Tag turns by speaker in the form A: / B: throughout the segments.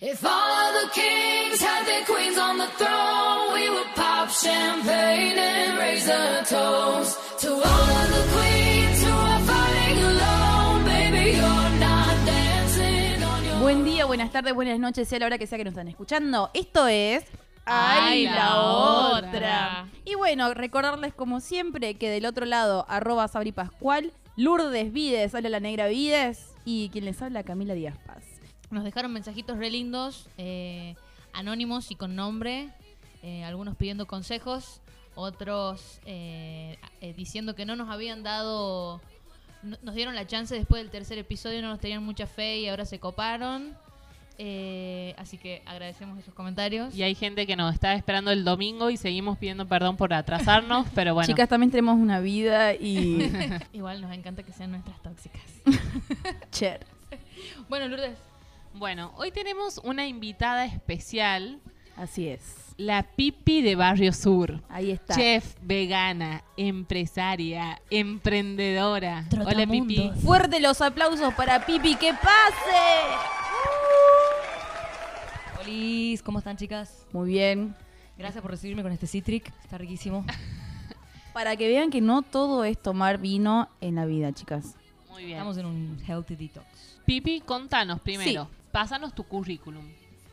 A: If all the kings had their queens on the throne, we would pop champagne and raise a toast to all of the queens who are fighting alone. Baby, you're not dancing on your
B: Buen día, buenas tardes, buenas noches, sea la hora que sea que nos están escuchando. Esto es.
C: ¡Ay, la otra!
B: Y bueno, recordarles como siempre que del otro lado, arroba Sabri Pascual, Lourdes Vides, habla la negra Vides, y quien les habla, Camila Díaz Paz.
C: Nos dejaron mensajitos re lindos, eh, anónimos y con nombre, eh, algunos pidiendo consejos, otros eh, eh, diciendo que no nos habían dado, no- nos dieron la chance después del tercer episodio, no nos tenían mucha fe y ahora se coparon. Eh, así que agradecemos esos comentarios.
D: Y hay gente que nos está esperando el domingo y seguimos pidiendo perdón por atrasarnos, pero bueno.
B: Chicas, también tenemos una vida y.
C: Igual nos encanta que sean nuestras tóxicas.
B: Cher.
C: bueno, Lourdes,
D: Bueno, hoy tenemos una invitada especial,
B: Así es.
D: la Pipi de Barrio Sur.
B: Ahí está.
D: Chef, vegana, empresaria, emprendedora. Hola Pipi.
C: Trotamundos.
B: Fuerte los aplausos para Pipi, que pase.
C: Uh.
E: Olis, ¿cómo están chicas?
B: Muy bien.
E: Gracias por recibirme con este Citric, está riquísimo.
B: Para que vean que no todo es tomar vino en la vida, chicas.
D: Muy bien.
E: Estamos en un healthy detox.
D: Pipi, contanos primero. Pásanos tu currículum.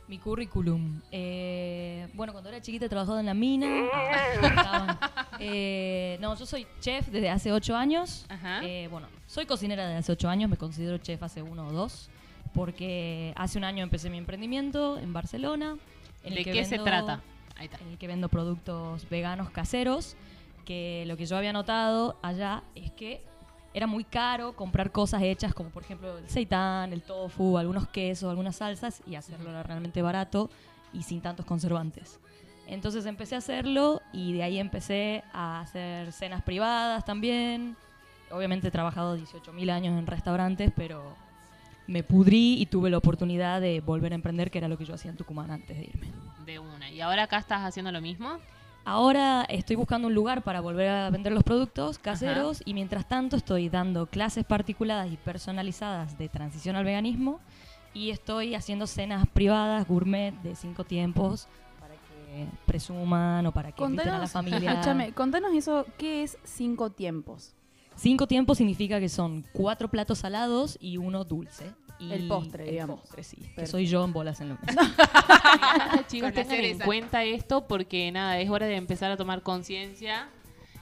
E: Mi currículum. Eh, bueno, cuando era chiquita trabajaba en la mina. Ah, me contaban. Eh, no, yo soy chef desde hace ocho años.
D: Ajá.
E: Eh, bueno, soy cocinera desde hace ocho años, me considero chef hace uno o dos, porque hace un año empecé mi emprendimiento en Barcelona. en el
D: ¿De
E: que
D: qué se
E: vendo-
D: trata? Ahí está.
E: en el que vendo productos veganos caseros, que lo que yo había notado allá es que era muy caro comprar cosas hechas como por ejemplo el seitán, el tofu, algunos quesos, algunas salsas y hacerlo era realmente barato y sin tantos conservantes. Entonces empecé a hacerlo y de ahí empecé a hacer cenas privadas también. Obviamente he trabajado 18.000 años en restaurantes, pero me pudrí y tuve la oportunidad de volver a emprender, que era lo que yo hacía en Tucumán antes de irme.
D: De una. ¿Y ahora acá estás haciendo lo mismo?
E: Ahora estoy buscando un lugar para volver a vender los productos caseros y mientras tanto estoy dando clases particuladas y personalizadas de transición al veganismo y estoy haciendo cenas privadas, gourmet de cinco tiempos para que presuman o para que inviten a la familia.
B: Escúchame, contanos eso, ¿qué es cinco tiempos?
E: Cinco tiempos significa que son cuatro platos salados y uno dulce. Y
B: El postre,
E: el
B: digamos.
E: postre, sí. Que
B: Perfecto.
E: soy yo en bolas en lo
D: Chicos,
C: Con la
D: tengan en
C: cereza.
D: cuenta esto porque nada, es hora de empezar a tomar conciencia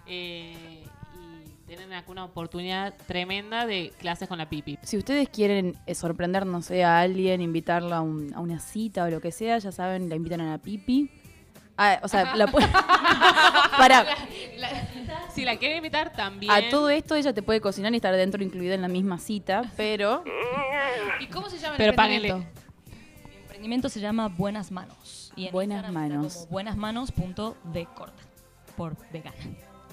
D: eh, y tener acá una oportunidad tremenda de clases con la pipi.
B: Si ustedes quieren eh, sorprender, no sé, a alguien, invitarla a, un- a una cita o lo que sea, ya saben, la invitan a la pipi. Ah, o sea, la puede... Para,
D: Si la quieren invitar también.
B: a todo esto ella te puede cocinar y estar dentro incluida en la misma cita, pero
C: ¿y cómo se llama el
D: Pero
C: emprendimiento?
D: páguenle.
E: Mi emprendimiento se llama Buenas Manos. Y en
B: Buenas
E: Instagram está
B: Manos.
E: como buenasmanos.de corta. Por vegana.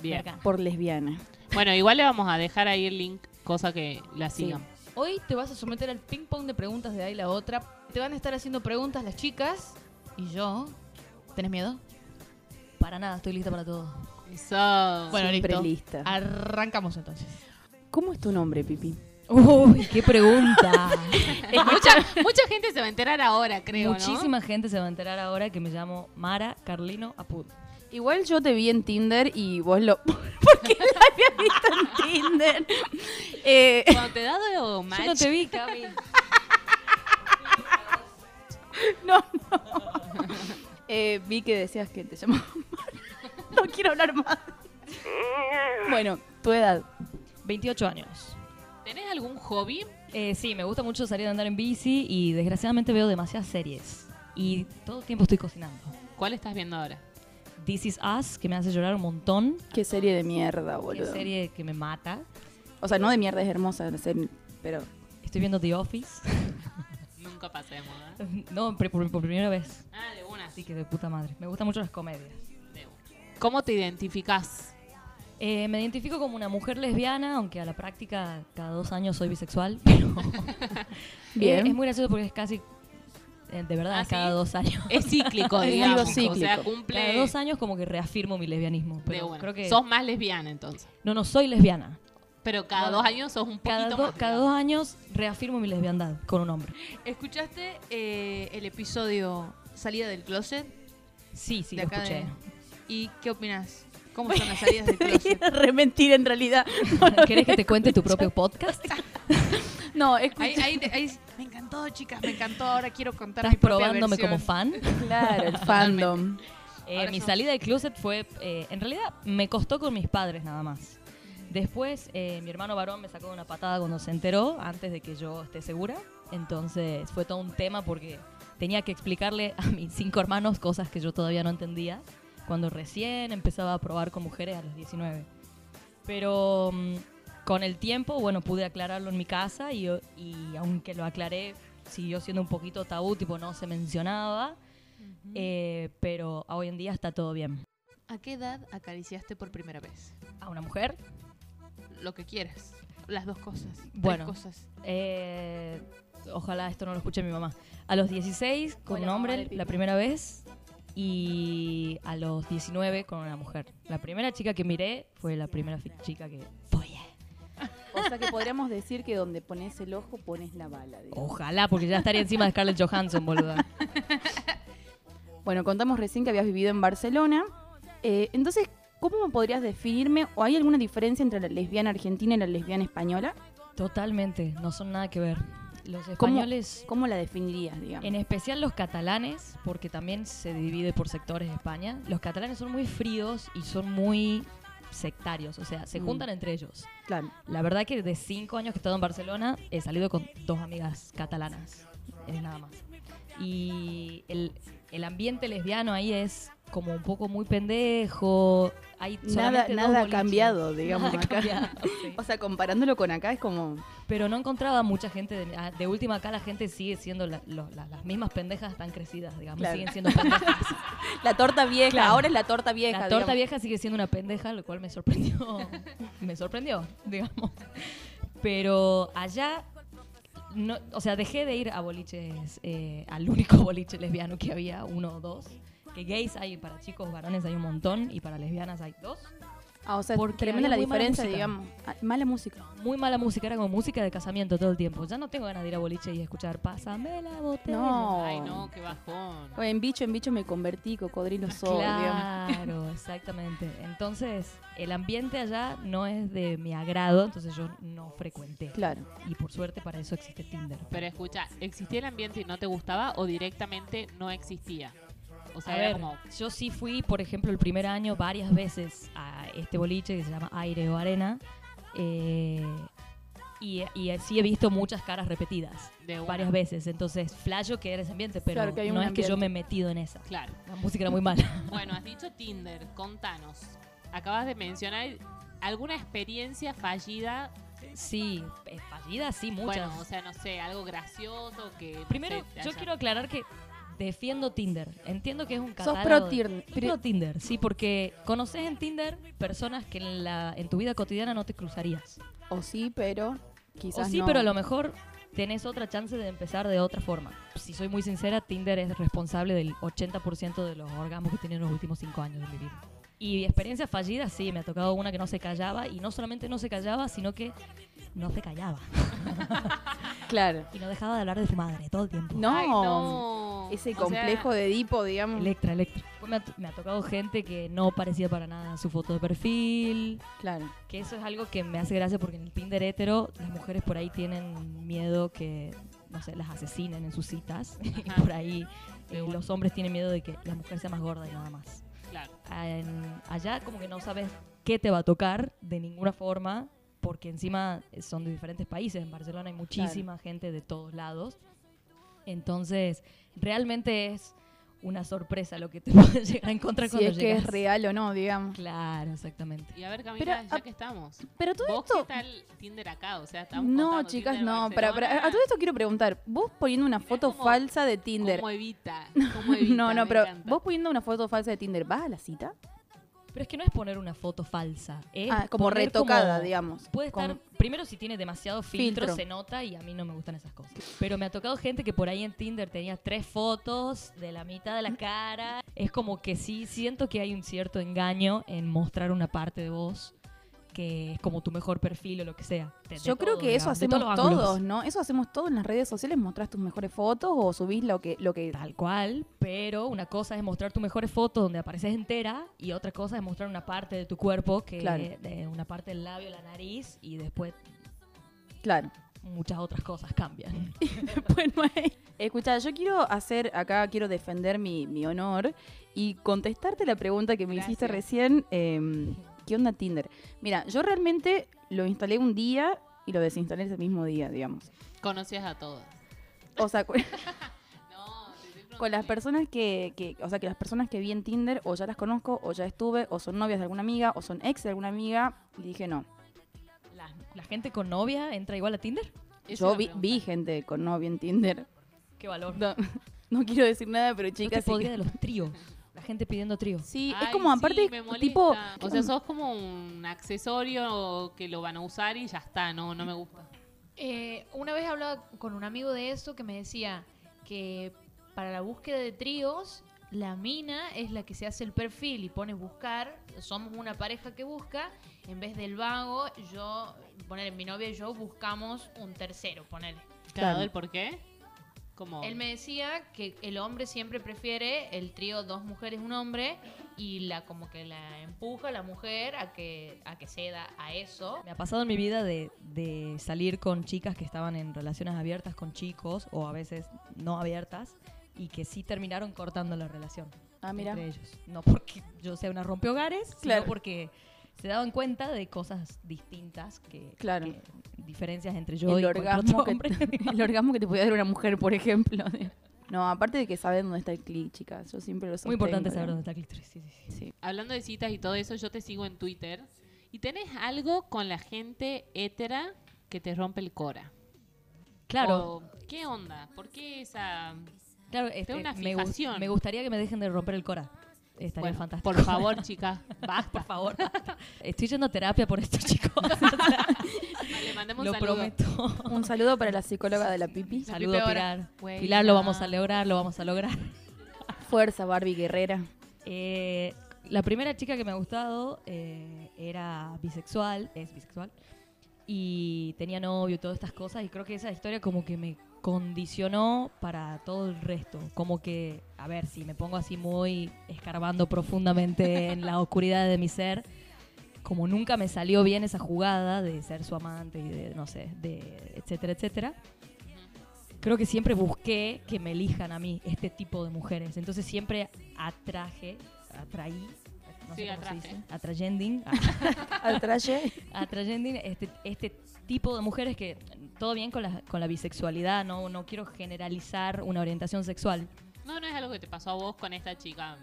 D: Bien.
E: Vegana.
B: por lesbiana.
D: Bueno, igual le vamos a dejar ahí el link, cosa que la
B: Sí.
D: sigan.
C: Hoy te vas a someter al ping pong de preguntas de ahí la otra. Te van a estar haciendo preguntas las chicas y yo. ¿Tenés miedo?
E: Para nada, estoy lista para todo.
D: Eso.
C: Bueno,
B: Siempre
C: listo.
B: lista.
C: Arrancamos entonces.
B: ¿Cómo es tu nombre, Pipi?
E: Uy, qué pregunta.
D: mucha, mucha gente se va a enterar ahora, creo. ¿no?
E: Muchísima gente se va a enterar ahora que me llamo Mara Carlino Apud.
B: Igual yo te vi en Tinder y vos lo... ¿Por qué la habías visto en Tinder? Eh,
D: Cuando te he dado match,
E: Yo no te vi, Cami.
B: No, no. Eh, vi que decías que te llamaba Mar. No quiero hablar más. Bueno, tu edad.
E: 28 años.
D: ¿Tenés algún hobby?
E: Eh, sí, me gusta mucho salir a andar en bici y desgraciadamente veo demasiadas series. Y todo el tiempo estoy cocinando.
D: ¿Cuál estás viendo ahora?
E: This is Us, que me hace llorar un montón.
B: Qué serie de mierda,
E: Una
B: boludo.
E: serie que me mata.
B: O sea, no de mierda, es hermosa la serie, pero...
E: Estoy viendo The Office.
D: Nunca pasemos, ¿eh?
E: No, pre- por, por primera vez.
D: Ah, de una,
E: Así
D: así
E: que de puta madre. Me gustan mucho las comedias.
D: de una. ¿Cómo te identificás?
E: Eh, me identifico como una mujer lesbiana, aunque a la práctica cada dos años soy bisexual. Pero
B: Bien.
E: es muy gracioso porque es casi, eh, de verdad,
D: ¿Ah,
E: es cada
D: sí?
E: dos años.
D: Es cíclico,
B: Es
D: digamos.
B: algo cíclico.
D: O sea, cumple
E: Cada dos años como que reafirmo mi lesbianismo.
D: de
E: Pero
D: una.
E: creo que...
D: Sos más lesbiana, entonces.
E: No, no, soy lesbiana.
D: Pero cada dos años sos un poquito
E: Cada, do-
D: más,
E: cada
D: digamos.
E: dos años reafirmo mi lesbiandad con un hombre.
F: ¿Escuchaste eh, el episodio Salida del Closet?
E: Sí, sí,
F: de
E: lo
F: acá
E: escuché.
F: de- ¿Y qué opinas? ¿Cómo son las salidas del closet?
B: Re mentira en realidad.
E: ¿Querés que te cuente tu propio podcast?
B: No, es
F: Ahí, ahí, ahí- me encantó, chicas, me encantó. Ahora quiero contar mi
E: ¿Estás
F: propia
E: probándome
F: versión.
E: como fan?
B: claro, el fandom.
E: Eh,
F: Ahora
E: mi
F: sos-
E: salida del closet fue, eh, en realidad me costó con mis padres nada más. Después eh, mi hermano varón me sacó una patada cuando se enteró, antes de que yo esté segura. Entonces fue todo un tema porque tenía que explicarle a mis cinco hermanos cosas que yo todavía no entendía cuando recién empezaba a probar con mujeres a los 19. Pero mm, con el tiempo, bueno, pude aclararlo en mi casa y, y aunque lo aclaré, siguió siendo un poquito tabú, tipo no se mencionaba. Eh, pero hoy en día está todo bien.
F: ¿A qué edad acariciaste por primera vez?
E: A una mujer,
F: Lo que quieras. Las dos cosas. tres
E: Bueno.
F: cosas.
E: eh, ojalá esto no lo escuche mi mamá. A los 16 con un hombre la primera vez y a los 19 con una mujer. La primera chica que miré fue la primera fi- chica que follé.
B: O sea que podríamos decir que donde pones el ojo pones la bala. digamos.
E: Ojalá, porque ya estaría encima de Scarlett Johansson, boluda.
B: Oh. Bueno, contamos recién que habías vivido en Barcelona. Eh, entonces, ¿cómo podrías definirme o hay alguna diferencia entre la lesbiana argentina y la lesbiana española?
E: Totalmente, no son nada que ver. Los
B: ¿Cómo-
E: españoles,
B: ¿Cómo la definirías, digamos?
E: en especial los catalanes, porque también se divide por sectores de España, los catalanes son muy fríos y son muy sectarios, o sea, se
B: Mm.
E: juntan entre ellos.
B: Claro.
E: La verdad que de cinco años que he estado en Barcelona he salido con dos amigas catalanas, es nada más. Y el, el ambiente lesbiano ahí es como un poco muy pendejo, hay
B: Nada,
E: solamente dos
B: nada ha
E: boliches.
B: cambiado, digamos,
E: Nada
B: acá.
E: cambiado, sí.
B: O sea, comparándolo con acá es como...
E: Pero no encontraba mucha gente. De, ah, de última, acá la gente sigue siendo la- lo- la- las mismas pendejas tan crecidas, digamos.
B: Claro.
E: Siguen siendo pendejas.
B: La torta vieja,
E: Claro.
B: ahora es la torta vieja.
E: la torta
B: digamos.
E: vieja sigue siendo una pendeja, lo cual me sorprendió. me sorprendió, digamos. Pero allá. No, o sea, dejé de ir a boliches, eh, al único boliche lesbiano que había, uno o dos. Que gays hay para chicos, varones hay un montón y para lesbianas hay dos.
B: Ah, o sea,
E: Porque
B: tremenda la
E: había muy mala
B: diferencia,
E: música.
B: digamos. Ah, mala música.
E: Muy mala música, era como música de casamiento todo el tiempo. Ya no tengo ganas de ir a boliche y escuchar Pásame la botella.
B: No.
D: Ay, no, qué bajón.
B: Oye, en bicho, en bicho me convertí, cocodrilo soy, digamos.
E: Claro, exactamente. Entonces, el ambiente allá no es de mi agrado, entonces yo no frecuenté.
B: Claro.
E: Y por suerte para eso existe Tinder.
D: Pero escucha, ¿existía el ambiente y no te gustaba o directamente no existía? O sea,
E: a
D: era
E: ver,
D: como
E: yo sí fui, por ejemplo, el primer año varias veces a este boliche que se llama Aire o Arena. eh, y, y eh, sí he visto muchas caras repetidas
D: de una.
E: varias veces. Entonces, flasho que era ese ambiente, pero
B: Claro que hay un
E: no es que yo
B: ambiente.
E: me he metido en esa.
D: Claro.
E: La música era muy mala.
D: Bueno, has dicho Tinder, contanos. Acabas de mencionar alguna experiencia fallida.
E: Sí, eh, fallida, sí, muchas.
D: Bueno, o sea, no sé, algo gracioso que. no
E: Primero,
D: sé, te
E: yo
D: haya-
E: quiero aclarar que defiendo Tinder. Entiendo que es un
B: Sos
E: catálogo.
B: pro Tinder.
E: Soy pro Tinder, sí, porque conoces en Tinder personas que en, la, en tu vida cotidiana no te cruzarías.
B: O sí, pero
E: O
B: quizás
E: sí,
B: no.
E: pero a lo mejor tenés otra chance de empezar de otra forma. Si soy muy sincera, Tinder es responsable del 80% de los orgasmos que he tenido en los últimos 5 años de mi vida. Y experiencias fallidas, sí, me ha tocado una que no se callaba y no solamente no se callaba, sino que no se callaba.
B: Claro.
E: Y no dejaba de hablar de su madre todo el tiempo.
B: No.
D: Ay,
B: Ese
D: no. Oh. O sea,
B: complejo de Edipo, digamos.
E: Electra, Electra. Mm. Pues Me ha, me ha tocado gente que no parecía para nada su foto de perfil.
B: Claro.
E: Que eso es algo que me hace gracia porque en el Tinder hetero las mujeres por ahí tienen miedo que, no sé, las asesinen en sus citas. Y
D: Ajá.
E: por ahí
D: De
E: eh,
D: una.
E: los hombres tienen miedo de que la mujer sea más gorda y nada más.
D: claro.
E: En- allá como que no sabes qué te va a tocar de ninguna forma porque encima son de diferentes países. En Barcelona hay muchísima gente de todos lados. Entonces, realmente es una sorpresa lo que te puede llegar a encontrar
B: Si
E: cuando
B: es que es
E: llegas.
B: real o no, digamos.
E: Claro, exactamente.
D: Y a ver, Camila,
B: Pero,
D: ya
B: a-
D: que estamos.
B: Pero todo
D: ¿Vos
B: esto...
D: qué tal Tinder acá? O sea, estamos
B: No,
D: contando
B: chicas,
D: Tinder
B: no. Para, para-
D: Barcelona.
B: a todo esto quiero preguntar. Vos poniendo una foto
D: como-
B: falsa de Tinder...
D: ¿Cómo evita? ¿Cómo evita?
B: no, no,
D: Me
B: pero
D: encanta.
B: vos poniendo una foto falsa de Tinder, ¿vas a la cita?
E: Pero es que no es poner una foto falsa. es
B: Ah, como
E: poner
B: retocada,
E: como-
B: digamos.
E: Puede estar,
B: Como-
E: primero si tiene demasiado filtro,
B: Filtro.
E: se nota y a mí no me gustan esas cosas. Pero me ha tocado gente que por ahí en Tinder tenía tres fotos de la mitad de la cara. Es como que sí, siento que hay un cierto engaño en mostrar una parte de vos que es como tu mejor perfil o lo que sea. De- de
B: Yo creo
E: todo,
B: que eso
E: digamos, de todos
B: hacemos
E: los ángulos.
B: todos, ¿no? Eso hacemos todos en las redes sociales, mostrás tus mejores fotos o subís lo que, lo que
E: Tal cual, pero una cosa es mostrar tus mejores fotos donde apareces entera y otra cosa es mostrar una parte de tu cuerpo, que
B: Claro.
E: de una parte del labio, la nariz y después
B: Claro.
E: muchas otras cosas cambian.
B: bueno, escucha, yo quiero hacer, acá quiero defender mi, mi honor y contestarte la pregunta que me hiciste
D: Gracias.
B: recién. eh, ¿Qué onda Tinder? Mira, yo realmente lo instalé un día y lo desinstalé ese mismo día, digamos.
D: Conocías a todas.
B: O sea, cu-
D: No, te estoy
B: con las
D: preguntando.
B: personas que, que- o sea, que las personas que vi en Tinder o ya las conozco o ya estuve o son novias de alguna amiga o son ex de alguna amiga y dije no.
E: ¿La, la gente con novia entra igual a Tinder?
D: Eso
B: Yo
D: iba a
B: vi, vi
D: preguntar.
B: gente con novia en Tinder.
E: Qué valor.
B: No, no quiero decir nada, pero
E: Yo
B: chicas,
E: te
B: sí,
E: podría de los tríos. La gente pidiendo tríos.
B: sí, es
D: Ay,
B: como
D: sí,
B: aparte
D: me molesta.
B: tipo,
D: O sea, sos como un accesorio que lo van a usar y ya está, no, no me gusta.
C: Eh, una vez hablaba con un amigo de eso que me decía que para la búsqueda de tríos, la mina es la que se hace el perfil y pone buscar, somos una pareja que busca, en vez del vago, yo, poner mi novia y yo buscamos un tercero, ponele.
B: Claro.
D: Claro, ¿el por qué? Como
C: Él me decía que el hombre siempre prefiere el trío dos mujeres, un hombre, y la como que la empuja la mujer a que, a que ceda a eso.
E: Me ha pasado en mi vida de, de salir con chicas que estaban en relaciones abiertas con chicos o a veces no abiertas y que sí terminaron cortando la relación
B: ah, mira.
E: entre ellos. No porque yo sea una rompehogares,
B: Claro.
E: sino porque se daban cuenta de cosas distintas que,
B: Claro.
E: que- diferencias entre yo y
B: el
E: cualquier
B: orgasmo,
E: otro
B: que,
E: hombre.
B: el orgasmo que te podía dar una mujer, por ejemplo. No, aparte de que saben dónde está el clic, chicas. Yo siempre lo
E: Muy importante saber dónde está el clítoris. Sí, sí, sí.
B: Sí.
D: hablando de citas y todo eso, yo te sigo en Twitter y tenés algo con la gente hétera que te rompe el cora.
E: Claro,
D: O, ¿Qué onda? ¿Por qué esa
E: claro este,
D: una
E: me, gus-
D: fijación.
E: me gustaría que me dejen de romper el cora. Estaría
D: Bueno,
E: fantástico.
D: Por favor, chicas, basta.
E: por favor. Estoy yendo a terapia por esto, chicos.
D: Le mandamos
E: Lo
D: un saludo.
E: prometo.
B: Un saludo para la psicóloga de la pipi.
E: Saludo,
C: Pipi ahora.
E: Pilar.
C: Güey,
E: Pilar, lo vamos
C: no.
E: a lograr, lo vamos a lograr.
B: Fuerza, Barbie guerrera.
E: Eh, la primera chica que me ha gustado eh, era bisexual, es bisexual, y tenía novio y todas estas cosas, y creo que esa historia como que me condicionó para todo el resto. Como que, a ver, si me pongo así muy escarbando profundamente en la oscuridad de mi ser, como nunca me salió bien esa jugada de ser su amante y de, no sé, de etcétera, etcétera, creo que siempre busqué que me elijan a mí este tipo de mujeres. Entonces siempre atraje, atraí,
D: Sí,
E: no sé cómo se
D: atraje.
E: dice, atrayending, ah,
B: Al traje.
E: atrayending este, este tipo de mujeres que todo bien con la, con la bisexualidad, no, no quiero generalizar una orientación sexual.
D: No, no es algo que te pasó a vos con esta chica.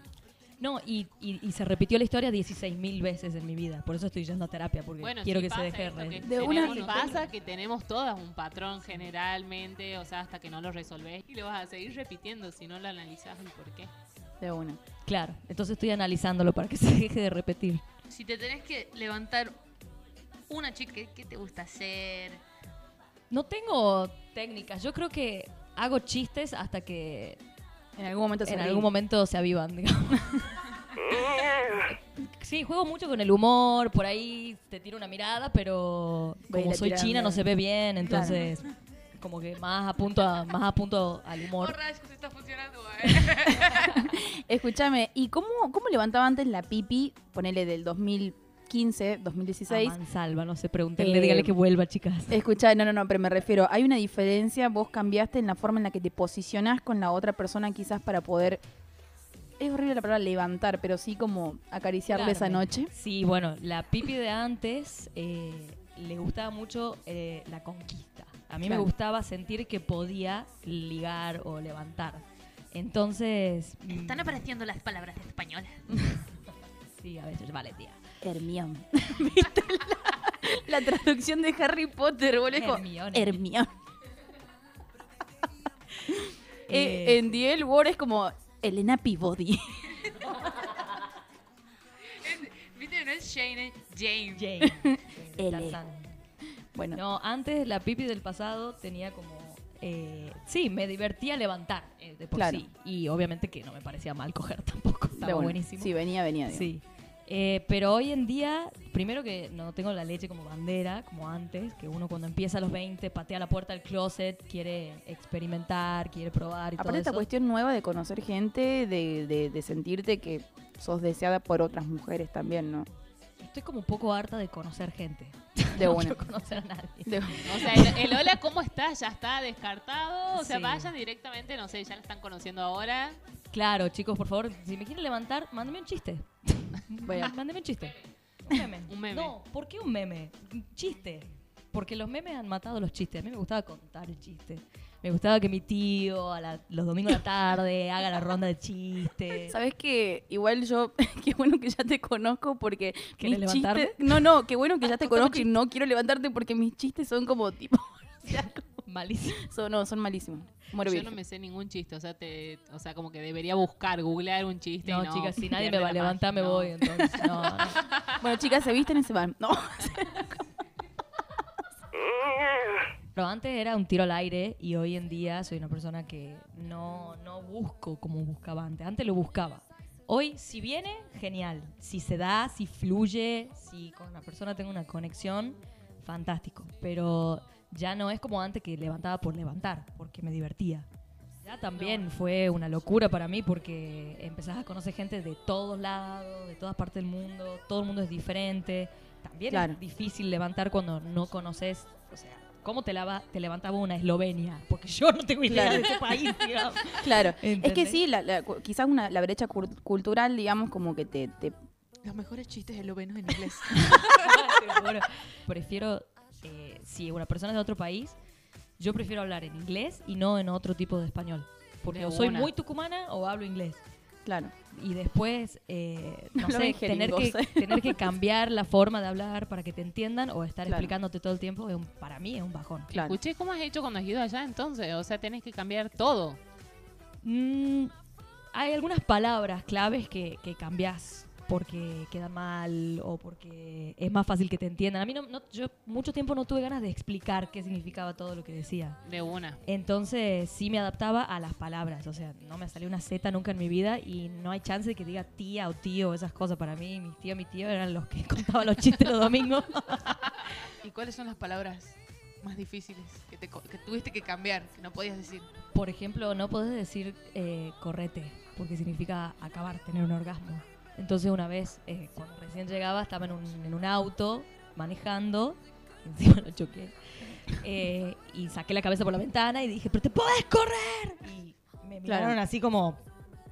E: No, y, y- y se repitió la historia 16.000 veces en mi vida. Por eso estoy yendo a terapia, porque
D: Bueno,
E: quiero
D: sí
E: que se
D: pasa
E: deje
D: esto
E: re-
D: que
B: De
D: tenemos-
B: una-
D: pasa que tenemos todas un patrón generalmente, o sea, hasta que no lo resolvés y lo vas a seguir repitiendo si no lo analizás el por qué.
B: De una.
E: Claro, entonces estoy analizándolo para que se deje de repetir.
G: Si te tenés que levantar una chica, ¿qué, qué te gusta hacer?
E: No tengo técnicas. Yo creo que hago chistes hasta que
B: En algún momento se
E: en
B: ríe.
E: algún momento se avivan, digamos. Sí, juego mucho con el humor, por ahí te tiro una mirada, pero
B: Voy a ir
E: como
B: a
E: soy
B: tirar
E: china no
B: mirada.
E: se ve bien, entonces como que más apunto a, más apunto al humor.
G: Porra, esto está funcionando, ¿eh?
B: Escúchame, ¿y cómo, cómo levantaba antes la pipi? Ponele del 2015,
E: A
B: 2016.
E: mansalva, no sé, pregúntenle,
B: Eh,
E: dígale que vuelva, chicas.
B: Escuchá, no, no, no, pero me refiero, hay una diferencia, vos cambiaste en la forma en la que te posicionás con la otra persona quizás para poder, es horrible la palabra levantar, pero sí como acariciarle esa
E: Claro,
B: noche.
E: Sí, bueno, la pipi de antes eh, le gustaba mucho eh, la conquista. A mí
B: Claro.
E: me gustaba sentir que podía ligar o levantar. Entonces. mm,
G: Están apareciendo las palabras españolas.
E: Sí, a veces, vale, tía.
B: Hermión. ¿Viste la, la traducción de Harry Potter, boludo? Es como,
E: Hermione.
B: Hermión.
E: Eh,
B: en The L Word es como Elena Peabody.
G: Viste, no es Shane, es James.
E: Jane.
B: L.
E: Tarzán.
B: Bueno,
E: No, antes la pipi del pasado tenía como. eh, sí, me divertía levantar eh, de por
B: Claro.
E: sí. Y obviamente que no me parecía mal coger tampoco.
B: de
E: Estaba
B: una.
E: buenísimo.
B: Sí, venía, venía. digamos.
E: Sí. Eh, pero hoy en día, primero que no tengo la leche como bandera, como antes, que uno cuando empieza a los 20 patea la puerta del closet, quiere experimentar, quiere probar y
B: Aparte esta
E: todo eso.
B: cuestión nueva de conocer gente, de, de- de sentirte que sos deseada por otras mujeres también, ¿no?
E: Estoy como un poco harta de conocer gente.
B: De
E: no
B: una.
E: quiero conocer a nadie.
B: De-
D: O sea, el, el hola, ¿cómo está? Ya está descartado. O sea,
E: Sí.
D: vayan directamente, no sé, ya la están conociendo ahora.
E: Claro, chicos, por favor, si me quieren levantar, mándame un chiste.
B: Bueno.
E: Mándame un chiste. Un meme.
D: Un meme.
E: No, ¿por qué un meme? Un chiste. Porque los memes han matado los chistes. A mí me gustaba contar el chiste. Me gustaba que mi tío a la- los domingos de la tarde haga la ronda de chistes.
B: Sabes que igual yo, qué bueno que ya te conozco porque mis
E: ¿Querés levantarme?
B: chistes, no, no, qué bueno que ya te
E: Contame
B: conozco y no quiero levantarte porque mis chistes son como tipo,
E: Malísimo.
B: son, no, son malísimos. Muero
D: Yo
B: virgen.
D: no me sé ningún chiste, o sea, te, o sea, como que debería buscar, googlear un chiste.
E: No,
D: y no,
E: chicas, si nadie me
D: pierde
E: va a
D: la
E: levantar, me
D: magia, no.
E: voy. Entonces, no, no.
B: Bueno, chicas, se visten y se van. No.
E: Pero antes era un tiro al aire y hoy en día soy una persona que no, no busco como buscaba antes. Antes lo buscaba. Hoy, si viene, genial. Si se da, si fluye, si con la persona tengo una conexión, fantástico. Pero ya no es como antes que levantaba por levantar, porque me divertía. Ya también fue una locura para mí porque empezás a conocer gente de todos lados, de todas partes del mundo, todo el mundo es diferente. También
B: Claro.
E: es difícil levantar cuando no conoces, o sea, ¿cómo te, lava- te levantaba una Eslovenia? Porque yo no tengo idea de ese país, digamos.
B: Claro. Es que
E: ¿Entendés?
B: sí, la- la- cu- quizás una, la brecha cur- cultural, digamos, como que te, te-
F: Los mejores chistes eslovenos en inglés.
E: Pero bueno, prefiero, eh, si una persona es de otro país, yo prefiero hablar en inglés y no en otro tipo de español. Porque
D: De
E: o soy
D: una.
E: muy tucumana o hablo inglés.
B: Claro.
E: y después, eh, no
B: Hablar
E: sé,
B: en
E: tener que,
B: jeringosa.
E: tener que cambiar la forma de hablar para que te entiendan o estar
B: Claro.
E: explicándote todo el tiempo, es un- para mí es un bajón.
B: Claro.
D: Escuché, ¿cómo has hecho cuando has ido allá entonces? O sea, tenés que cambiar todo.
E: Mm, hay algunas palabras claves que, que cambias porque queda mal o porque es más fácil que te entiendan. A mí no, no- yo mucho tiempo no tuve ganas de explicar qué significaba todo lo que decía.
D: De una.
E: Entonces sí me adaptaba a las palabras, o sea, no me salió una Z nunca en mi vida y no hay chance de que diga tía o tío, esas cosas para mí. Mis tíos, mis tíos eran los que contaban los chistes los domingos.
F: ¿Y cuáles son las palabras más difíciles que, te co- que tuviste que cambiar, que no podías decir?
E: Por ejemplo, no podés decir eh, correte, porque significa acabar, tener un orgasmo. Entonces una vez, eh, cuando recién llegaba, estaba en un, en un auto manejando, y encima lo choqué, eh, y saqué la cabeza por la ventana y dije, pero te podés correr. Y me
B: Claro.
E: miraron así como,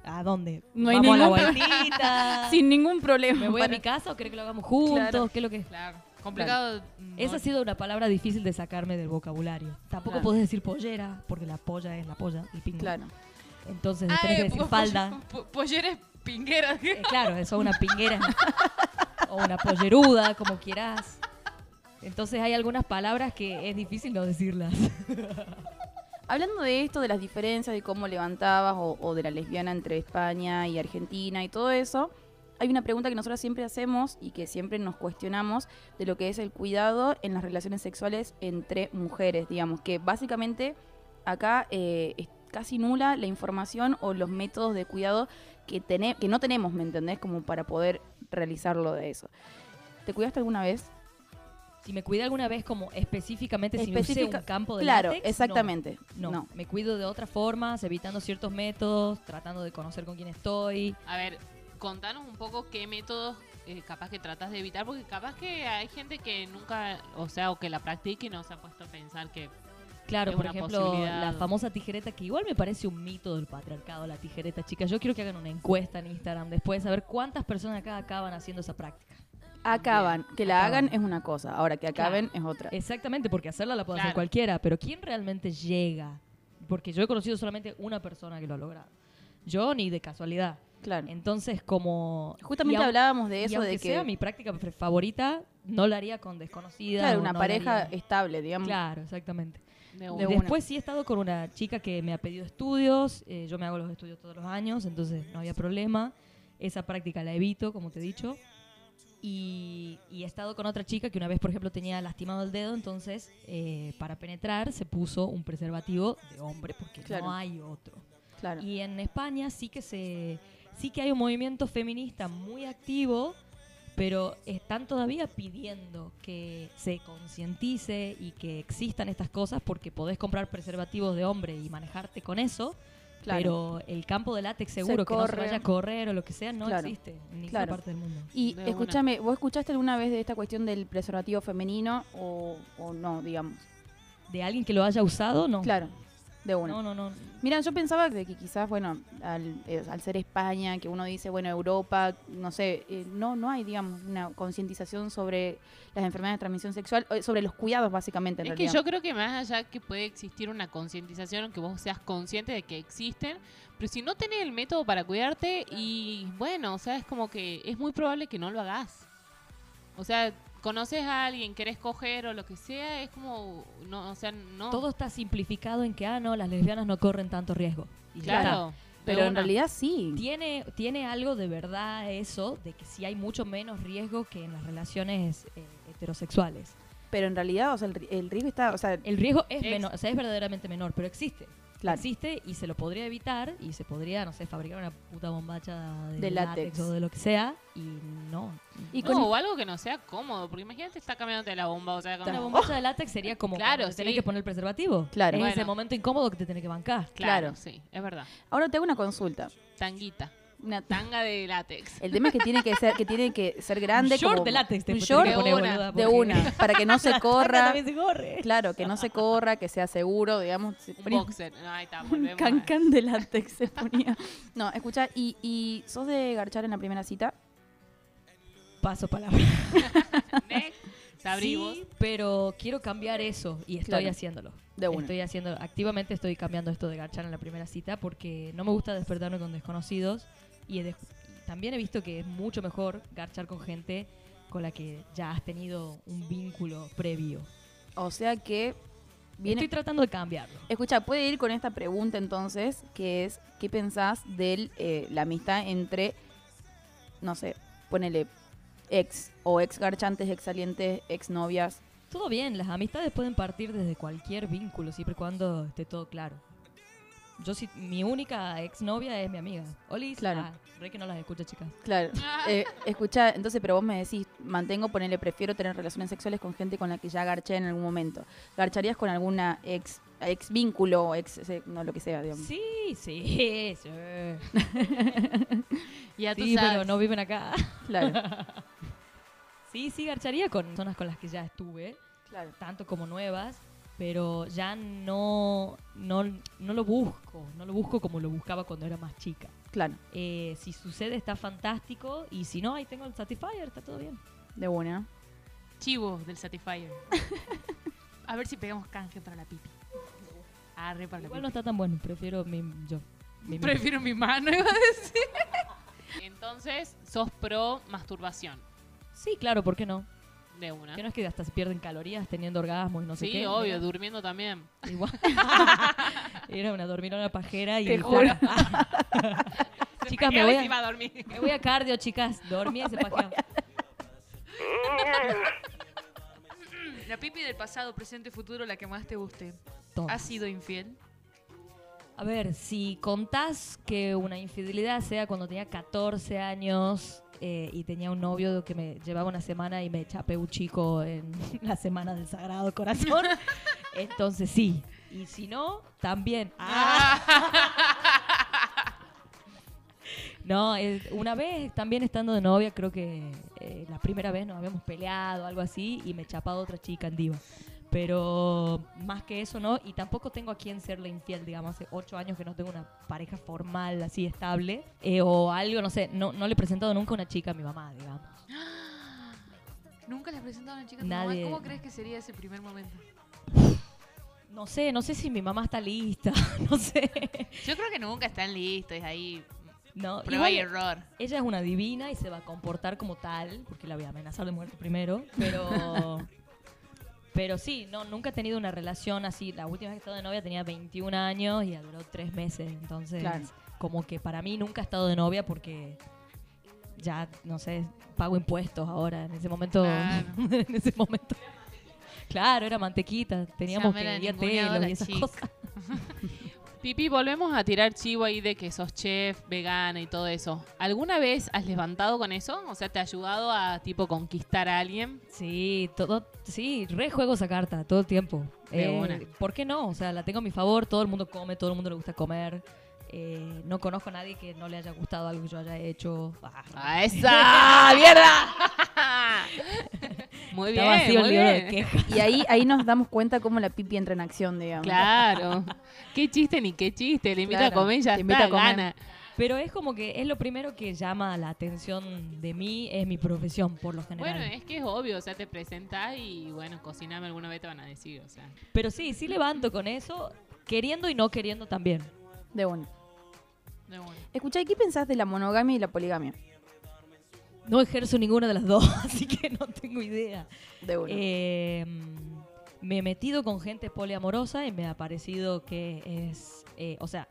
E: ¿a dónde?
B: No hay
E: Vamos a la
B: ningún
E: vueltita.
B: Sin ningún problema.
E: ¿Me voy a
B: Para-
E: mi casa o crees que lo hagamos juntos?
B: Claro.
E: ¿Qué es lo que es?
F: Claro. Complicado. mm,
E: Esa ha sido una palabra difícil de sacarme del vocabulario. Tampoco
B: Claro.
E: podés decir pollera, porque la polla es la polla, el pingo.
B: Claro.
E: Entonces
F: Ah,
E: tenés que
F: eh,
E: decir
F: po-
E: falda.
F: po- po- Pollera es pinguera.
E: Eh, claro, eso es una pinguera. o una polleruda, como quieras. Entonces hay algunas palabras que es difícil no decirlas.
B: Hablando de esto, de las diferencias, de cómo levantabas o, o de la lesbiana entre España y Argentina y todo eso, hay una pregunta que nosotros siempre hacemos y que siempre nos cuestionamos de lo que es el cuidado en las relaciones sexuales entre mujeres, digamos, que básicamente acá eh, es casi nula la información o los métodos de cuidado que, tene- que no tenemos, ¿me entendés? Como para poder realizarlo de eso. ¿Te cuidaste alguna vez?
E: Si me cuida alguna vez como específicamente si me usé
B: Específica-
E: un campo de
B: Claro,
E: látex, no.
B: exactamente.
E: No,
B: no.
E: me cuido de otras formas, evitando ciertos métodos, tratando de conocer con quién estoy.
D: A ver, contanos un poco qué métodos eh, capaz que tratas de evitar, porque capaz que hay gente que nunca, o sea, o que la practique y no se ha puesto a pensar que
E: Claro,
D: Es
E: por
D: una
E: ejemplo,
D: posibilidad.
E: la famosa tijereta, que igual me parece un mito del patriarcado, la tijereta, chicas. Yo quiero que hagan una encuesta en Instagram después de saber cuántas personas acá acaban haciendo esa práctica.
B: Acaban. Que la
E: acaban.
B: hagan es una cosa. Ahora que acaben es otra.
E: Exactamente, porque hacerla la puede hacer
D: Claro.
E: cualquiera, pero ¿quién realmente llega? Porque yo he conocido solamente una persona que lo ha logrado. Yo ni de casualidad.
B: Claro.
E: Entonces, como...
B: Justamente
E: y au-
B: hablábamos de
E: y
B: eso,
E: aunque
B: de que
E: sea mi práctica pre- favorita, no la haría con desconocida.
B: claro,
E: o
B: una
E: no la
B: pareja
E: haría-
B: estable, digamos.
E: Claro, exactamente.
D: de
B: De
D: una.
B: una.
E: Después sí he estado con una chica que me ha pedido estudios, eh, yo me hago los estudios todos los años, entonces no había problema. Esa práctica la evito, como te he dicho. Y, y he estado con otra chica que una vez, por ejemplo, tenía lastimado el dedo, entonces eh, para penetrar se puso un preservativo de hombre, porque
B: Claro.
E: no hay otro.
B: Claro.
E: Y en España sí que se sí que hay un movimiento feminista muy activo pero están todavía pidiendo que se concientice y que existan estas cosas porque podés comprar preservativos de hombre y manejarte con eso,
B: Claro.
E: pero el campo de látex seguro que no se
B: corre.
E: vaya a correr o lo que sea no
B: Claro.
E: existe en ninguna
B: Claro.
E: parte del mundo.
B: Y
D: De una.
B: escúchame, ¿vos escuchaste alguna vez de esta cuestión del preservativo femenino o, o no, digamos?
E: De alguien que lo haya usado, no.
B: Claro, de una.
E: No, no, no.
B: Mira, yo pensaba de que quizás, bueno, al, eh, al ser España, que uno dice, bueno, Europa, no sé, eh, no, no hay, digamos, una concientización sobre las enfermedades de transmisión sexual, eh, sobre los cuidados, básicamente, en
D: Es que
B: realidad.
D: yo creo que más allá que puede existir una concientización, que vos seas consciente de que existen, pero si no tenés el método para cuidarte y bueno, o sea, es como que es muy probable que no lo hagas. O sea, conoces a alguien, querés coger o lo que sea, es como, no, o sea, no.
E: Todo está simplificado en que, ah, no, las lesbianas no corren tanto riesgo. Y ya está.
D: claro.
B: Pero
D: de
B: en
D: una.
B: realidad sí.
E: ¿Tiene, tiene algo de verdad eso, de que sí hay mucho menos riesgo que en las relaciones eh, heterosexuales.
B: Pero en realidad, o sea, el, ri- el riesgo está, o sea,
E: El riesgo es,
D: Ex-
E: menor, o sea, es verdaderamente menor, pero existe.
B: claro.
E: Existe y se lo podría evitar y se podría, no sé, fabricar una puta bombacha de,
B: De látex.
E: látex o de lo que sea y no.
B: Y
D: No,
B: con-
D: o algo que no sea cómodo, porque imagínate está cambiándote la bomba, o sea,
E: Una
D: como-
E: bombacha de látex sería como
D: Claro,
E: cuando te tenés
D: sí.
E: que poner preservativo.
B: Claro.
E: Es ese
D: Bueno.
E: momento incómodo que te tenés que bancar.
D: claro,
B: claro.
D: sí, es verdad.
B: Ahora te hago una consulta.
D: Tanguita,
B: Una
D: tanga de látex.
B: El tema es que tiene que ser, que tiene que ser grande.
E: Un short
B: como-
E: de látex te
B: un
E: tenés
B: short
E: que poner,
B: de una,
E: boluda,
B: de
E: porque-
B: una, para que no se corra.
E: También se corre.
B: Claro, que no se corra, que sea seguro, digamos. se
D: Un
B: ponía-
D: boxer. No, ahí está,
B: un
D: volvemos. a-
B: cancán de látex se ponía. No, escucha, y, y sos de garchar en la primera cita.
E: Paso palabra.
D: Next, Sabrí vos.
E: Sí, pero quiero cambiar eso y estoy
B: Claro.
E: haciéndolo.
B: De una.
E: Estoy haciendo, activamente estoy cambiando esto de garchar en la primera cita porque no me gusta despertarme con desconocidos y, he des- y también he visto que es mucho mejor garchar con gente con la que ya has tenido un vínculo previo.
B: O sea que viene.
E: Estoy tratando de cambiarlo.
B: Escucha, puede ir con esta pregunta entonces, que es ¿qué pensás de la amistad entre, no sé, ponele ex o ex garchantes, ex salientes, ex novias?
E: Todo bien, las amistades pueden partir desde cualquier vínculo siempre y cuando esté todo claro. Yo sí, mi única exnovia es mi amiga. Olis,
B: Claro.
E: ah, re que no las escucha, chicas.
B: Claro. Eh, escucha, entonces, pero vos me decís, mantengo, ponele, prefiero tener relaciones sexuales con gente con la que ya garché en algún momento. ¿Garcharías con alguna ex, ex vínculo, ex, eh, no lo que sea, digamos?
E: Sí, sí, sí.
G: Ya tú
E: Sí, pero
G: sabes.
E: no viven acá.
B: Claro,
E: Sí, sí, garcharía con personas con las que ya estuve,
B: claro.
E: tanto como nuevas, pero ya no, no, no lo busco, no lo busco como lo buscaba cuando era más chica.
B: Claro,
E: Eh, si sucede está fantástico y si no, ahí tengo el Satisfyer, está todo bien.
B: de buena.
G: Chivo del Satisfyer. A ver si pegamos canje para la pipi. Arre para la
E: Igual
G: pipi.
E: no está tan bueno, prefiero mi, yo. mi- mi-
G: Prefiero mi mano, iba a decir.
D: Entonces, sos pro masturbación.
E: Sí, claro, ¿por qué no?
D: De una.
E: Que no es que hasta se pierden calorías teniendo orgasmos y no sé
D: Sí,
E: qué.
D: obvio,
E: mira.
D: durmiendo también.
E: Igual. Era una dormirona pajera y...
B: Te juro.
E: Chicas, me voy a...
D: Iba a dormir.
E: Me voy a cardio, chicas. Dormía y se pajeaba.
G: La pipi del pasado, presente y futuro, la que más te guste.
E: Toma.
G: ¿Has sido infiel?
E: A ver, si contás que una infidelidad sea cuando tenía 14 años eh, y tenía un novio que me llevaba una semana y me chapé un chico en la semana del Sagrado Corazón, entonces sí. Y si no, también. ¡Ah! No, es- una vez también estando de novia, creo que eh, la primera vez nos habíamos peleado, algo así, y me chapado otra chica en diva. Pero más que eso, no. Y tampoco tengo a quién serle infiel, digamos. Hace ocho años que no tengo una pareja formal, así estable. eh, o algo, no sé. No, no le he presentado nunca una chica a mi mamá, digamos.
G: Nunca le has presentado a una chica a tu
E: Nadie.
G: mamá. ¿Cómo crees que sería ese primer momento?
E: No sé, no sé si mi mamá está lista. No sé.
G: Yo creo que nunca están listos, es ahí
E: No,
G: prueba y
E: igual-
G: error.
E: Ella es una divina y se va a comportar como tal, porque la voy a amenazar de muerte primero, pero... Pero sí, no, nunca he tenido una relación así. La última vez que he estado de novia tenía 21 años y ya duró tres meses. Entonces,
B: Claro.
E: como que para mí nunca he estado de novia porque ya, no sé, pago impuestos ahora. En ese momento...
G: Claro.
E: en ese momento... Claro, era mantequita. Teníamos
G: me la
E: que ir a
G: ninguneaba
E: telos
G: la
E: y esas
G: chica.
E: cosas.
D: Pipi, volvemos a tirar chivo ahí de que sos chef, vegana y todo eso. ¿Alguna vez has levantado con eso? O sea, ¿te ha ayudado a tipo conquistar a alguien?
E: Sí, todo, sí, rejuego esa carta todo el tiempo. Eh,
D: De una.
E: ¿Por qué no? O sea, la tengo a mi favor, todo el mundo come, todo el mundo le gusta comer. Eh, no conozco a nadie que no le haya gustado algo que yo haya hecho. Ah,
D: ¡A esa! ¡Mierda! muy bien,
E: está vacío
D: muy
E: el libro de
D: bien.
E: quejas.
B: Y ahí, ahí nos damos cuenta cómo la pipi entra en acción, digamos.
D: Claro. Qué chiste ni qué chiste. Le invito
B: Claro,
D: a comer y ya
B: te invito
D: está,
B: a comer.
D: gana.
E: Pero es como que es lo primero que llama la atención de mí, es mi profesión por lo general.
D: Bueno, es que es obvio, o sea, te presentás y bueno, cociname alguna vez te van a decir, o sea.
E: Pero sí, sí levanto con eso, queriendo y no queriendo también.
B: De una.
G: De bueno.
B: Escuchá, ¿y ¿qué pensás de la monogamia y la poligamia?
E: No ejerzo ninguna de las dos, así que no tengo idea.
B: De una.
E: Eh, me he metido con gente poliamorosa y me ha parecido que es, eh, o sea,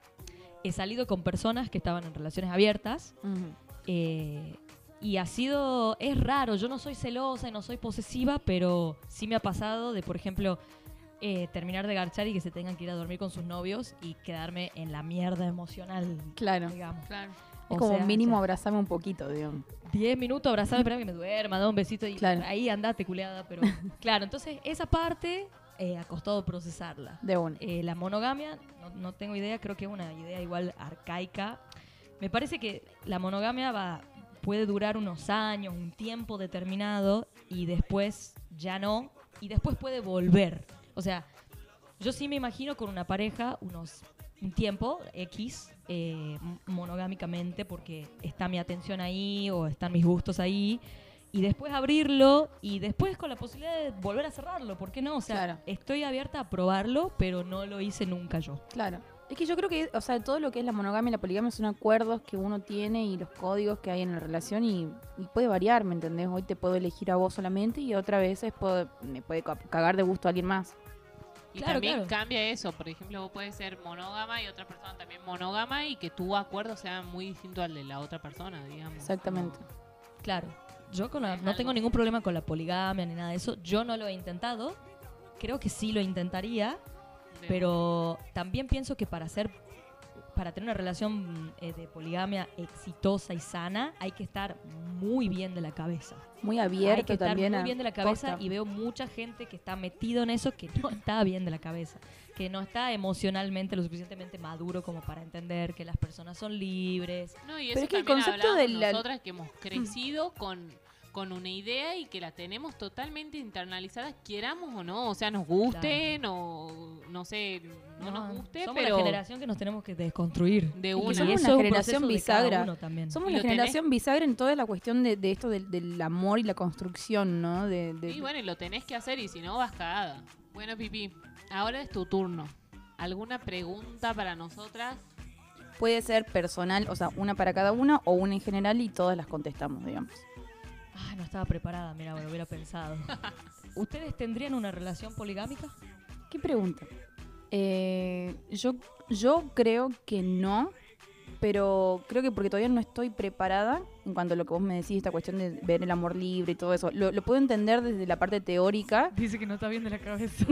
E: he salido con personas que estaban en relaciones abiertas
B: Ujú.
E: Eh, y ha sido, es raro, yo no soy celosa y no soy posesiva, pero sí me ha pasado de, por ejemplo, eh, terminar de garchar y que se tengan que ir a dormir con sus novios y quedarme en la mierda emocional,
B: Claro.
E: digamos.
G: Claro.
E: O
B: es como
E: sea,
B: mínimo
E: ya
B: abrazarme un poquito, digamos.
E: 10 minutos abrazarme, esperar que me duerma, dar un besito y
B: Claro.
E: ahí andate culeada, pero claro, entonces esa parte eh, ha costado procesarla.
B: De una.
E: Eh, la monogamia, no, no tengo idea, creo que es una idea igual arcaica. Me parece que la monogamia va, puede durar unos años, un tiempo determinado, y después ya no, y después puede volver. O sea, yo sí me imagino con una pareja unos un tiempo X eh, m- monogámicamente porque está mi atención ahí o están mis gustos ahí y después abrirlo y después con la posibilidad de volver a cerrarlo, ¿por qué no? O sea,
B: Claro.
E: estoy abierta a probarlo, pero no lo hice nunca yo.
B: Claro. Es que yo creo que, o sea, todo lo que es la monogamia y la poligamia son acuerdos que uno tiene y los códigos que hay en la relación y, y puede variar, ¿me entendés? Hoy te puedo elegir a vos solamente y otra vez me puede ca- cagar de gusto a alguien más.
D: Y
E: Claro,
D: también
E: claro.
D: cambia eso. Por ejemplo, vos puedes ser monógama y otra persona también monógama y que tu acuerdo sea muy distinto al de la otra persona, digamos.
B: Exactamente.
E: Claro, yo con la-
D: Es
E: no
D: algo.
E: tengo ningún problema con la poligamia ni nada de eso, yo no lo he intentado, creo que sí lo intentaría,
D: De-
E: Pero también pienso que para ser para tener una relación eh, de poligamia exitosa y sana hay que estar muy bien de la cabeza.
B: Muy
E: hay que
B: abierto
E: estar
B: también.
E: muy
B: a-
E: bien de la cabeza
B: posta.
E: y veo mucha gente que está metido en eso que no está bien de la cabeza, que no está emocionalmente lo suficientemente maduro como para entender que las personas son libres.
D: No, y
B: Pero
D: eso
B: es que el
D: también
B: concepto
D: hablamos
B: de la-
D: nosotras que hemos crecido con, con una idea y que la tenemos totalmente internalizada, queramos o no, o sea, nos guste, no, no sé, no, nos guste,
E: somos
D: pero
E: la generación que nos tenemos que desconstruir.
D: de
E: Y
D: una.
E: eso
B: somos
E: es
B: una
E: un
B: generación
E: proceso de cada
B: bisagra.
E: uno también.
B: Somos
D: Y
B: la
D: lo tenés.
B: generación bisagra en toda la cuestión de, de esto del, del amor y la construcción, ¿no? De, de-
D: Y bueno, y lo tenés que hacer y si no, vas cagada. Bueno, Pipi, ahora es tu turno. ¿Alguna pregunta para nosotras?
B: Puede ser personal, o sea, una para cada una o una en general y todas las contestamos, digamos.
E: Ah, no estaba preparada, mira, me lo hubiera pensado. ¿Ustedes tendrían una relación poligámica?
B: ¿Qué pregunta? Eh, yo, yo creo que no, pero creo que porque todavía no estoy preparada en cuanto a lo que vos me decís, esta cuestión de ver el amor libre y todo eso. Lo, lo puedo entender desde la parte teórica.
E: Dice que no está bien de la cabeza.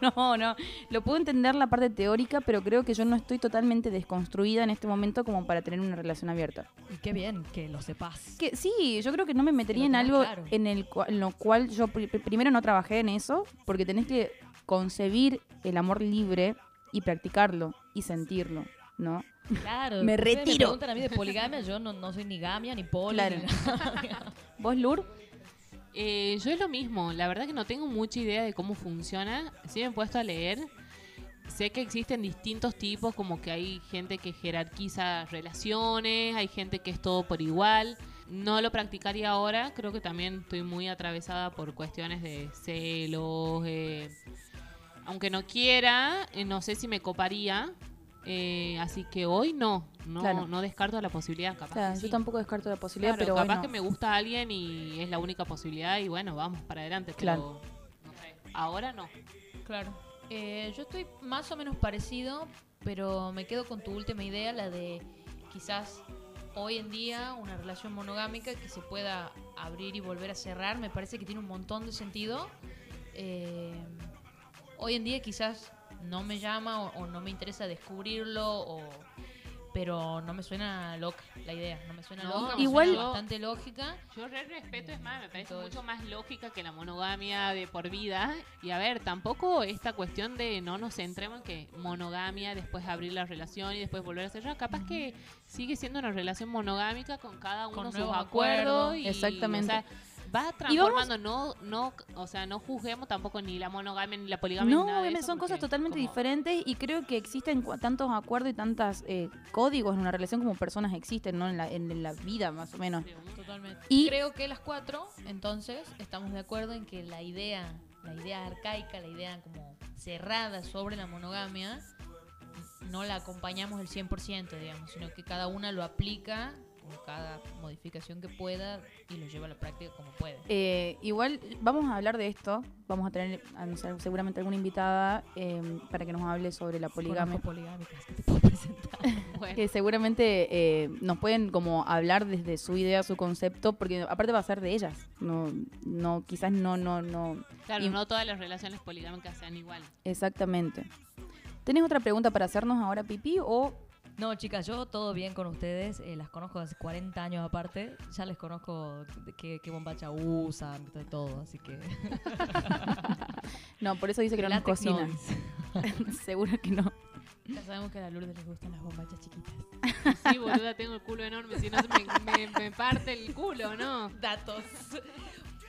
B: no, no. Lo puedo entender la parte teórica, pero creo que yo no estoy totalmente desconstruida en este momento como para tener una relación abierta.
E: Y qué bien que lo sepas.
B: que sí, yo creo que no me metería
E: lo
B: en
E: tenés
B: algo
E: claro.
B: en, el cua- en lo cual yo pri- pri- primero no trabajé en eso, porque tenés que concebir el amor libre y practicarlo y sentirlo, ¿no?
E: Claro.
B: Me
E: ustedes
B: retiro.
E: Me preguntan a mí de poligamia, yo no, no soy ni gamia ni poli.
B: Claro.
E: ni nada.
B: ¿Vos, Lur?
D: Eh, yo es lo mismo, la verdad que no tengo mucha idea de cómo funciona, sí me he puesto a leer, sé que existen distintos tipos, como que hay gente que jerarquiza relaciones, hay gente que es todo por igual, no lo practicaría ahora, creo que también estoy muy atravesada por cuestiones de celos, eh, aunque no quiera, eh, no sé si me coparía, eh, así que hoy no, no,
B: Claro.
D: no descarto la posibilidad, capaz.
B: Claro,
D: que
B: yo
D: sí.
B: tampoco descarto la posibilidad,
D: Claro,
B: pero
D: capaz
B: bueno.
D: que me gusta alguien y es la única posibilidad y bueno, vamos para adelante. Pero
B: Claro.
D: no sé, ahora no.
G: Claro.
C: Eh, yo estoy más o menos parecido, pero me quedo con tu última idea, la de quizás hoy en día una relación monogámica que se pueda abrir y volver a cerrar, me parece que tiene un montón de sentido. Eh, hoy en día quizás no me llama o, o no me interesa descubrirlo o pero no me suena loca la idea, no me suena
D: No,
C: loca, me
B: Igual-
C: suena bastante lógica.
D: Yo re respeto, es más, me parece
C: Todo
D: mucho
C: eso.
D: más lógica que la monogamia de por vida. Y a ver, tampoco esta cuestión de no nos centremos en que monogamia, después abrir la relación y después volver a cerrar. Capaz que sigue siendo una relación monogámica con cada uno
C: Con
D: sus
C: nuevos
D: acuerdos.
C: acuerdos.
D: y,
B: Exactamente.
D: o sea, va
B: Y vamos-
D: transformando, no, no, o sea, no juzguemos tampoco ni la monogamia ni la poligamia. ni
B: No,
D: nada de
B: obviamente
D: eso,
B: son cosas
D: porque
B: totalmente
D: como-
B: diferentes y creo que existen cua- tantos acuerdos y tantos códigos en una relación como personas existen, ¿no? En la, en- en la vida, más o menos.
C: Totalmente.
B: Y-
C: creo que las cuatro, entonces, estamos de acuerdo en que la idea, la idea arcaica, la idea como cerrada sobre la monogamia, no la acompañamos el 100%, digamos, sino que cada una lo aplica con cada modificación que pueda y lo lleva a la práctica como puede.
B: Eh, igual vamos a hablar de esto, vamos a tener a no ser- seguramente alguna invitada eh, para que nos hable sobre la poligamia.
E: Conozco poligámicas que te puedo presentar.
D: Bueno.
B: Que seguramente eh, nos pueden como hablar desde su idea, su concepto, porque aparte va a ser de ellas. No, no, quizás no, no, no,
D: Claro,
B: Y-
D: no todas las relaciones poligámicas sean iguales.
B: exactamente. ¿Tenés otra pregunta para hacernos ahora, Pipi? O
E: No, chicas, yo todo bien con ustedes. eh, las conozco hace 40 años aparte. Ya les conozco de qué, qué bombacha usan, de todo. Así que.
B: no, por eso dice que no nos
E: Latex
B: cocina.
E: noise.
B: Seguro que no.
G: Ya sabemos que a la Lourdes les gustan las bombachas chiquitas.
D: Sí, boluda, tengo el culo enorme, si no se me, me- me parte el culo, ¿no?
C: datos.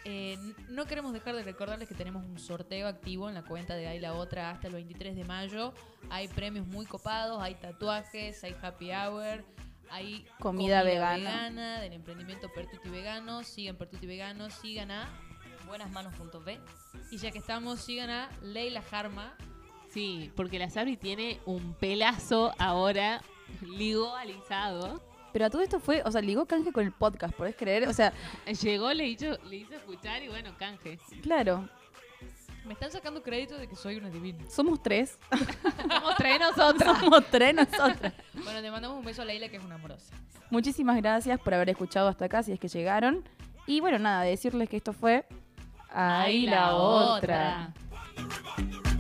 C: Eh, n- no queremos dejar de recordarles que tenemos un sorteo activo en la cuenta de Hay la Otra hasta el 23 de mayo. Hay premios muy copados, hay tatuajes, hay happy hour, hay
B: Comida vegana.
C: vegana del emprendimiento Pertuti Vegano. Sigan Pertuti Vegano, sigan a.
E: Buenasmanos.b.
C: Y ya que estamos, sigan a Leila Jarma.
D: Sí, porque la Sabri tiene un pelazo ahora ligalizado.
B: Pero a todo esto fue, o sea, ligó canje con el podcast, ¿podés creer? O sea,
D: Llegó, le hizo, le hizo escuchar y bueno, canje.
B: claro,
C: Me están sacando crédito de que soy una divina.
B: somos tres.
D: Somos tres nosotros.
B: somos tres nosotras.
C: Bueno, le mandamos un beso a Leila, que es una amorosa.
B: Muchísimas gracias por haber escuchado hasta acá, si es que llegaron. Y bueno, nada, decirles que esto fue... Ahí la otra.
C: otra.
A: Everybody